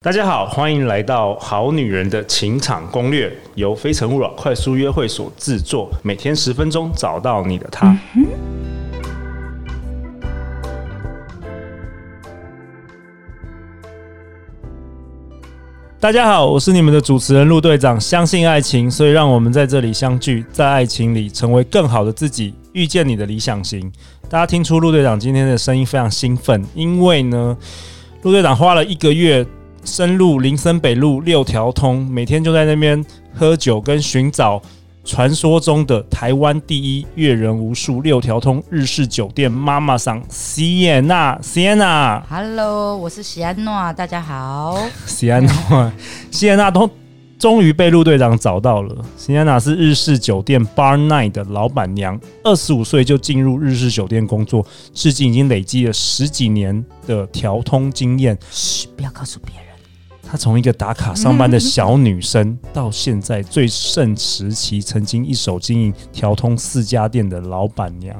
大家好，欢迎来到《好女人的情场攻略》，由非诚勿扰快速约会所制作，每天十分钟，找到你的他。大家好，我是你们的主持人陆队长。相信爱情，所以让我们在这里相聚，在爱情里成为更好的自己，遇见你的理想型。大家听出陆队长今天的声音非常兴奋，因为呢，陆队长花了一个月深入林森北路六条通，每天就在那边喝酒跟寻找传说中的台湾第一阅人无数六条通日式酒店妈妈桑西耶娜西耶娜 Hello，我是喜安诺，啊大家好。西安娜，西安娜通终于被陆队长找到了。西安娜是日式酒店 Bar Night 的老板娘，二十五岁就进入日式酒店工作，至今已经累积了十几年的调通经验。嘘，不要告诉别人。她从一个打卡上班的小女生，到现在最盛时期曾经一手经营调通四家店的老板娘。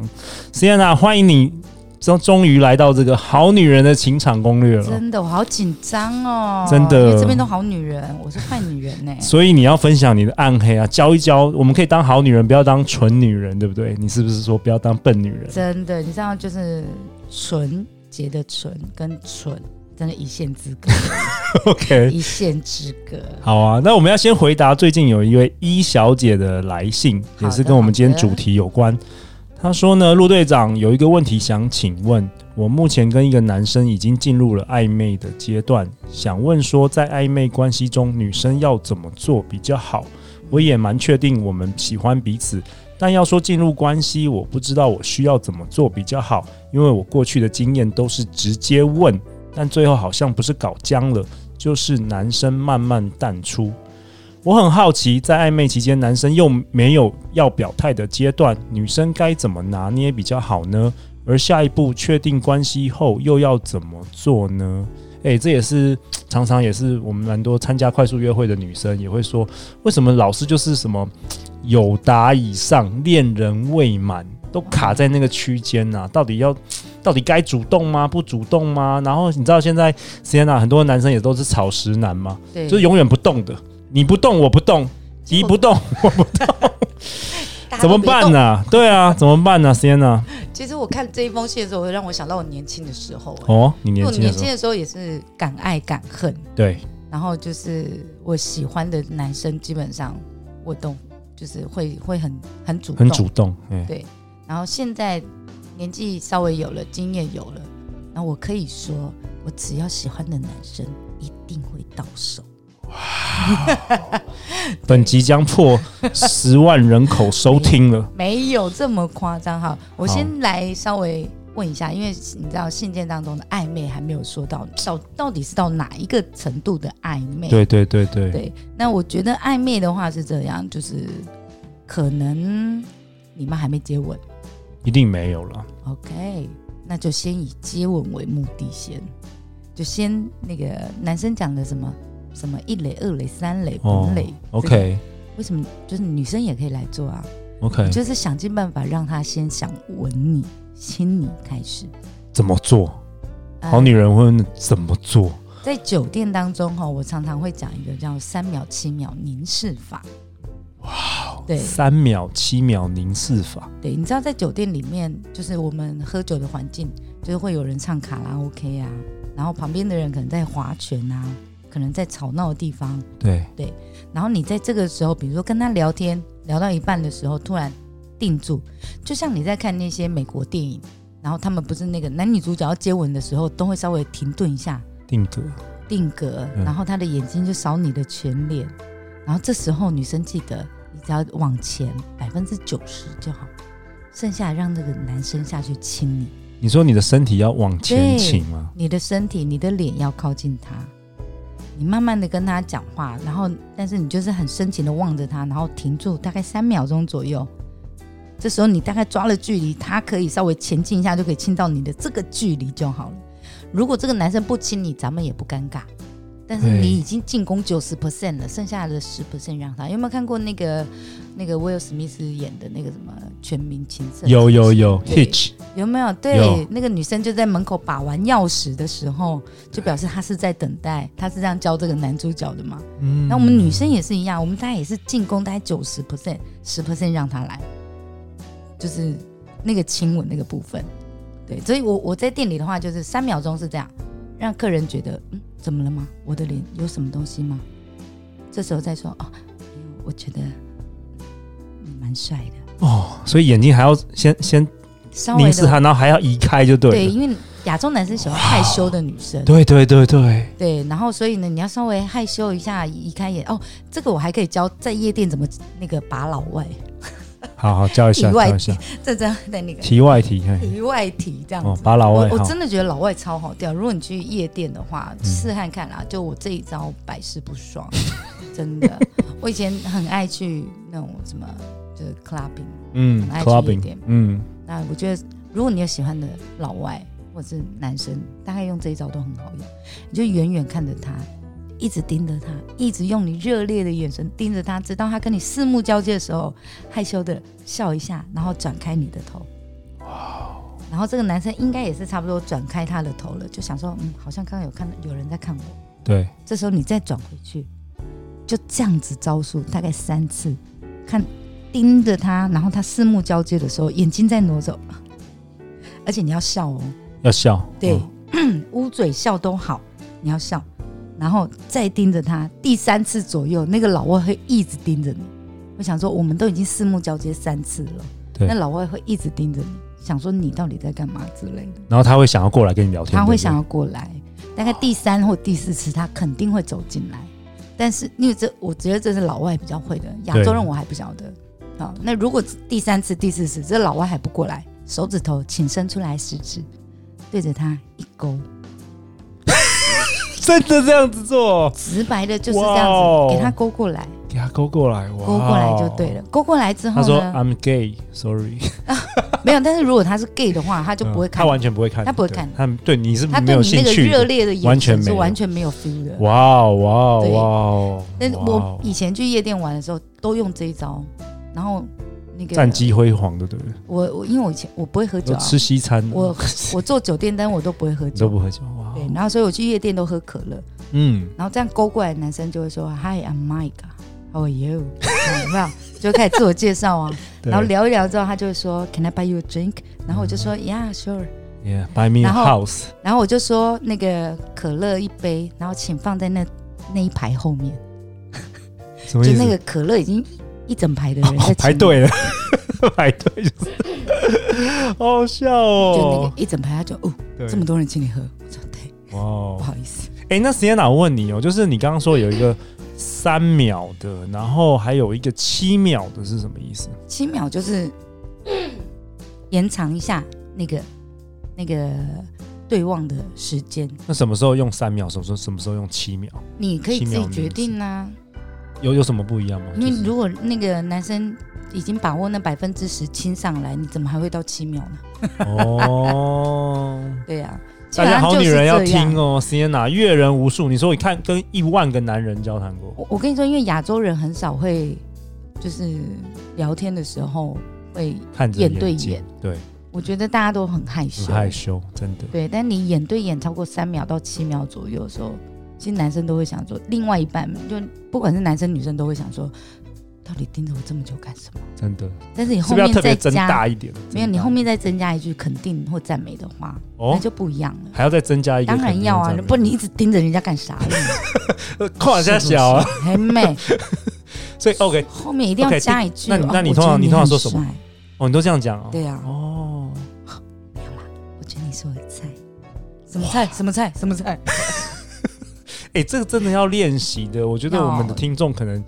西安娜，欢迎你。终终于来到这个好女人的情场攻略了，真的，我好紧张哦。真的因为这边都好女人，我是坏女人呢、所以你要分享你的暗黑啊，教一教，我们可以当好女人，不要当蠢女人，对不对？你是不是说不要当笨女人？真的，你知道，就是纯洁的纯跟蠢，真的一线之 隔， OK，一线之隔。好啊，那我们要先回答最近有一位一小姐的来信，好的也是跟我们今天主题有关。她说呢，陆队长有一个问题想请问，我目前跟一个男生已经进入了暧昧的阶段，想问说在暧昧关系中，女生要怎么做比较好？我也蛮确定我们喜欢彼此，但要说进入关系，我不知道我需要怎么做比较好，因为我过去的经验都是直接问，但最后好像不是搞僵了，就是男生慢慢淡出。我很好奇，在暧昧期间，男生又没有要表态的阶段，女生该怎么拿捏比较好呢？而下一步确定关系后，又要怎么做呢？诶、这也是常常也是我们蛮多参加快速约会的女生也会说，为什么老是就是什么有达以上，恋人未满，都卡在那个区间呐？到底要到底该主动吗？不主动吗？然后你知道现在 Sienna 很多男生也都是草食男嘛，对，就是永远不动的，你不动我不动，敌不动我不动，怎么办呢？呢、对啊，怎么办呢、s i e n a 其实我看这一封信的时候，让我想到我年轻的时候、哎哦，你因为年我轻的年时轻候，的时候也是敢爱敢恨，对，然后就是我喜欢的男生，基本上我都就是会会很很主动，很主动，哎、对，然后现在年纪稍微有了，经验有了，然后我可以说，我只要喜欢的男生一定会到手。本集将破十万人口收听了，没有这么夸张哈。我先来稍微问一下，因为你知道信件当中的暧昧还没有说到，到到底是到哪一个程度的暧昧？对对对对，对，那我觉得暧昧的话是这样，就是可能你们还没接吻一定没有了， ，OK，那就先以接吻为目的先，就先那个男生讲的什么什么一垒、二垒、三垒、哦本垒、这个，OK 为什么就是女生也可以来做啊？ OK，就是想尽办法让他先想吻你、亲你开始。怎么做？呃好女人会怎么做？在酒店当中哈、我常常会讲一个叫三秒、七秒凝视法。哇，对三秒、七秒凝视法，对，你知道在酒店里面，就是我们喝酒的环境，就是会有人唱卡拉 OK 啊，然后旁边的人可能在划拳啊，可能在吵闹的地方，对，然后你在这个时候，比如说跟他聊天，聊到一半的时候，突然定住，就像你在看那些美国电影，然后他们不是那个男女主角要接吻的时候，都会稍微停顿一下，定格，定格，嗯然后他的眼睛就扫你的全脸，然后这时候女生记得，你只要往前百分之九十就好，剩下让那个男生下去亲你，你说你的身体要往前对倾吗？你的身体、你的脸要靠近他，你慢慢的跟他讲话，然后但是你就是很深情的望着他，然后停住大概三秒钟左右。这时候你大概抓了距离，他可以稍微前进一下，就可以亲到你的这个距离就好了。如果这个男生不亲你，咱们也不尴尬。但是对你已经进攻九十 percent 了，剩下的十 percent 让他。有没有看过那个那个威尔史密斯演的那个什么《全民情圣》？有有有对，Hitch，有没有？对有，那个女生就在门口把玩钥匙的时候，就表示她是在等待，她是这样教这个男主角的嘛。嗯那我们女生也是一样，我们大概也是进攻大概九十 percent，十 percent 让她来，就是那个亲吻那个部分。对，所以我我在店里的话，就是三秒钟是这样，让客人觉得嗯，怎么了吗？我的脸有什么东西吗？这时候再说哦，没有我觉得你蛮帅的，哦，所以眼睛还要先先稍微凝视嗯的他，然后还要移开就对了。因为亚洲男生喜欢害羞的女生，对对对对，对，然后所以呢，你要稍微害羞一下，移开眼。哦，这个我还可以教在夜店怎么那个把老外， 好好教一下体外教一下，这这样在那个题外题，嘿体外体这样哦子。，把哦老外我我好，真的觉得老外超好钓，如果你去夜店的话，嗯试看看啦。就我这一招百试不爽，真的。我以前很爱去那种什么，就是 clubbing。嗯很爱去夜，clubbing，店嗯，那我觉得，如果你有喜欢的老外或者是男生，大概用这一招都很好用。你就远远看着他，一直盯着他，一直用你热烈的眼神盯着他，直到他跟你四目交接的时候，害羞的笑一下，然后转开你的头。然后这个男生应该也是差不多转开他的头了，就想说，嗯，好像刚刚有看到有人在看我。对，这时候你再转回去，就这样子招数大概三次，看盯着他，然后他四目交接的时候，眼睛在挪走，而且你要笑哦，要笑，对，嗯 捂嘴笑都好，你要笑，然后再盯着他，第三次左右，那个老外会一直盯着你。我想说，我们都已经四目交接三次了，对那老外会一直盯着你，想说你到底在干嘛之类的。然后他会想要过来跟你聊天，他对不会对想要过来，大概第三或第四次，他肯定会走进来。但是因为这，我觉得这是老外比较会的，亚洲人我还不晓得。好，那如果第三次、第四次，这老外还不过来，手指头请伸出来，食指对着他一勾，真的这样子做，直白的就是这样哇哦子，给他勾过来，给他勾过来，哇，哦勾过来就对。了。勾过来之他后说啊呢， ：“I'm gay，sorry。没有。但是如果他是 gay 的话，他”就不会看嗯他，完全不会看，他不会对看他对你是他没对有你那兴个趣热的。烈的眼完全神是没有完全没有 feel 的。哇哦哇哦对哇哦！但是哇我哦以前去夜店玩的时候都用这一招，然后那个战绩辉煌的，对不对？我我因为我以前我不会喝酒、都啊，吃西餐的，我我做酒店单我都不会喝你都酒，不喝酒，哇！对，然后所以我去夜店都喝可乐，嗯，然后这样勾过来的男生就会说 Hi I'm Mike How are you 有没有？就开始自我介绍啊， 对然后聊一聊之后他就会说 Can I buy you a drink？然后我就说嗯 Yeah sure， ，Yeah，buy me a 然后 house，然后我就说那个可乐一杯，然后请放在那那一排后面，什么就意思？那个可乐已经一整排的人在 哦请排你队了， 排队就是，好好笑就那哦个。一整排，他就哦，对这么多人请你喝，我说对，哇哦不！好意思，哎，那时间哪问你哦，就是你刚刚说有一个三秒的，然后还有一个七秒的，是什么意思？七秒就是嗯延长一下那个那个对望的时间，那什么时候用三秒？什么时候什么时候用七秒？你可以七自秒己决定啊，有有什么不一样吗？因就是为如果那个男生已经把握那百分之十亲上来，你怎么还会到七秒呢？ 哦，对呀、啊，大家好女人要听哦。哦，Sienna 阅人无数。你说你看跟一万个男人交谈过，我我跟你说，因为亚洲人很少会就是聊天的时候会，看着眼对睛眼，对，我觉得大家都很害羞，很害羞，真的。对，但你眼对眼超过三秒到七秒左右的时候，其实男生都会想说，另外一半就不管是男生女生都会想说，到底盯着我这么久干什么？真的，但是你是后不是要面特再别增加，大一点？没有你增大后面再增加一句肯定或赞美的话，那哦，就不一样了。还要再增加一个当肯定的然赞美，要啊，不然你一直盯着人家干啥 呢？呃 跨人家小啊，是不是，很美。 所以 OK，后面一定要 OK，加一句。那你哦那你我通觉得常你你通常很说什么帅？哦，你都这样讲哦，对啊，哦，没有啦，我觉得你是我的菜。什么菜？什么菜？什么菜？ 哎，这个真的要练习的。我觉得要我们的听众可能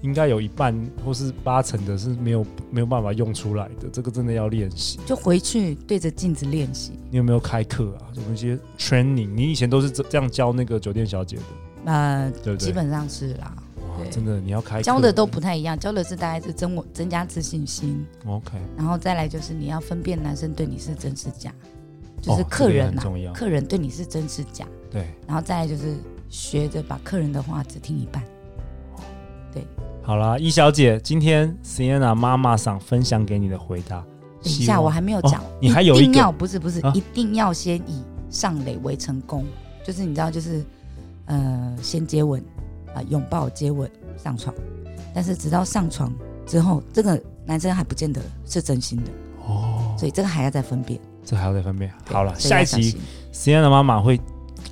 应该有一半或是八成的是没有没有办法用出来的，这个真的要练习。就回去对着镜子练习。你有没有开课啊？什么一些 training？你以前都是这这样教那个酒店小姐的？呃，对不对？基本上是啦。哇，对真的你要开教课的都不太一样，教的是大概是增我增加自信心， OK，然后再来就是你要分辨男生对你是真是假，就是哦客这个也人很啦、重要客人对你是真是假，对，然后再来就是学着把客人的话只听一半。好啦，一小姐，今天 Sienna 妈妈想分享给你的回答，等一希下，望我还没有讲、哦你还有一定个要不是不是、啊一定要先以上垒为成功，就是你知道，就是呃，先接吻啊、拥抱、接吻、上床，但是直到上床之后，这个男生还不见得是真心的，哦，所以这个还要再分辨。这还要再分辨。啊对好了，所以要下一小集心 Sienna 妈妈会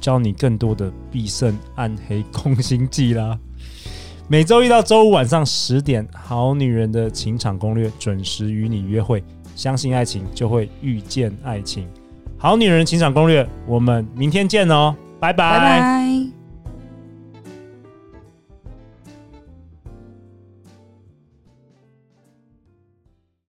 教你更多的必胜暗黑攻心计啦。每周一到周五晚上十点，《好女人的情场攻略》准时与你约会。相信爱情，就会遇见爱情。《好女人情场攻略》，我们明天见哦，拜拜拜。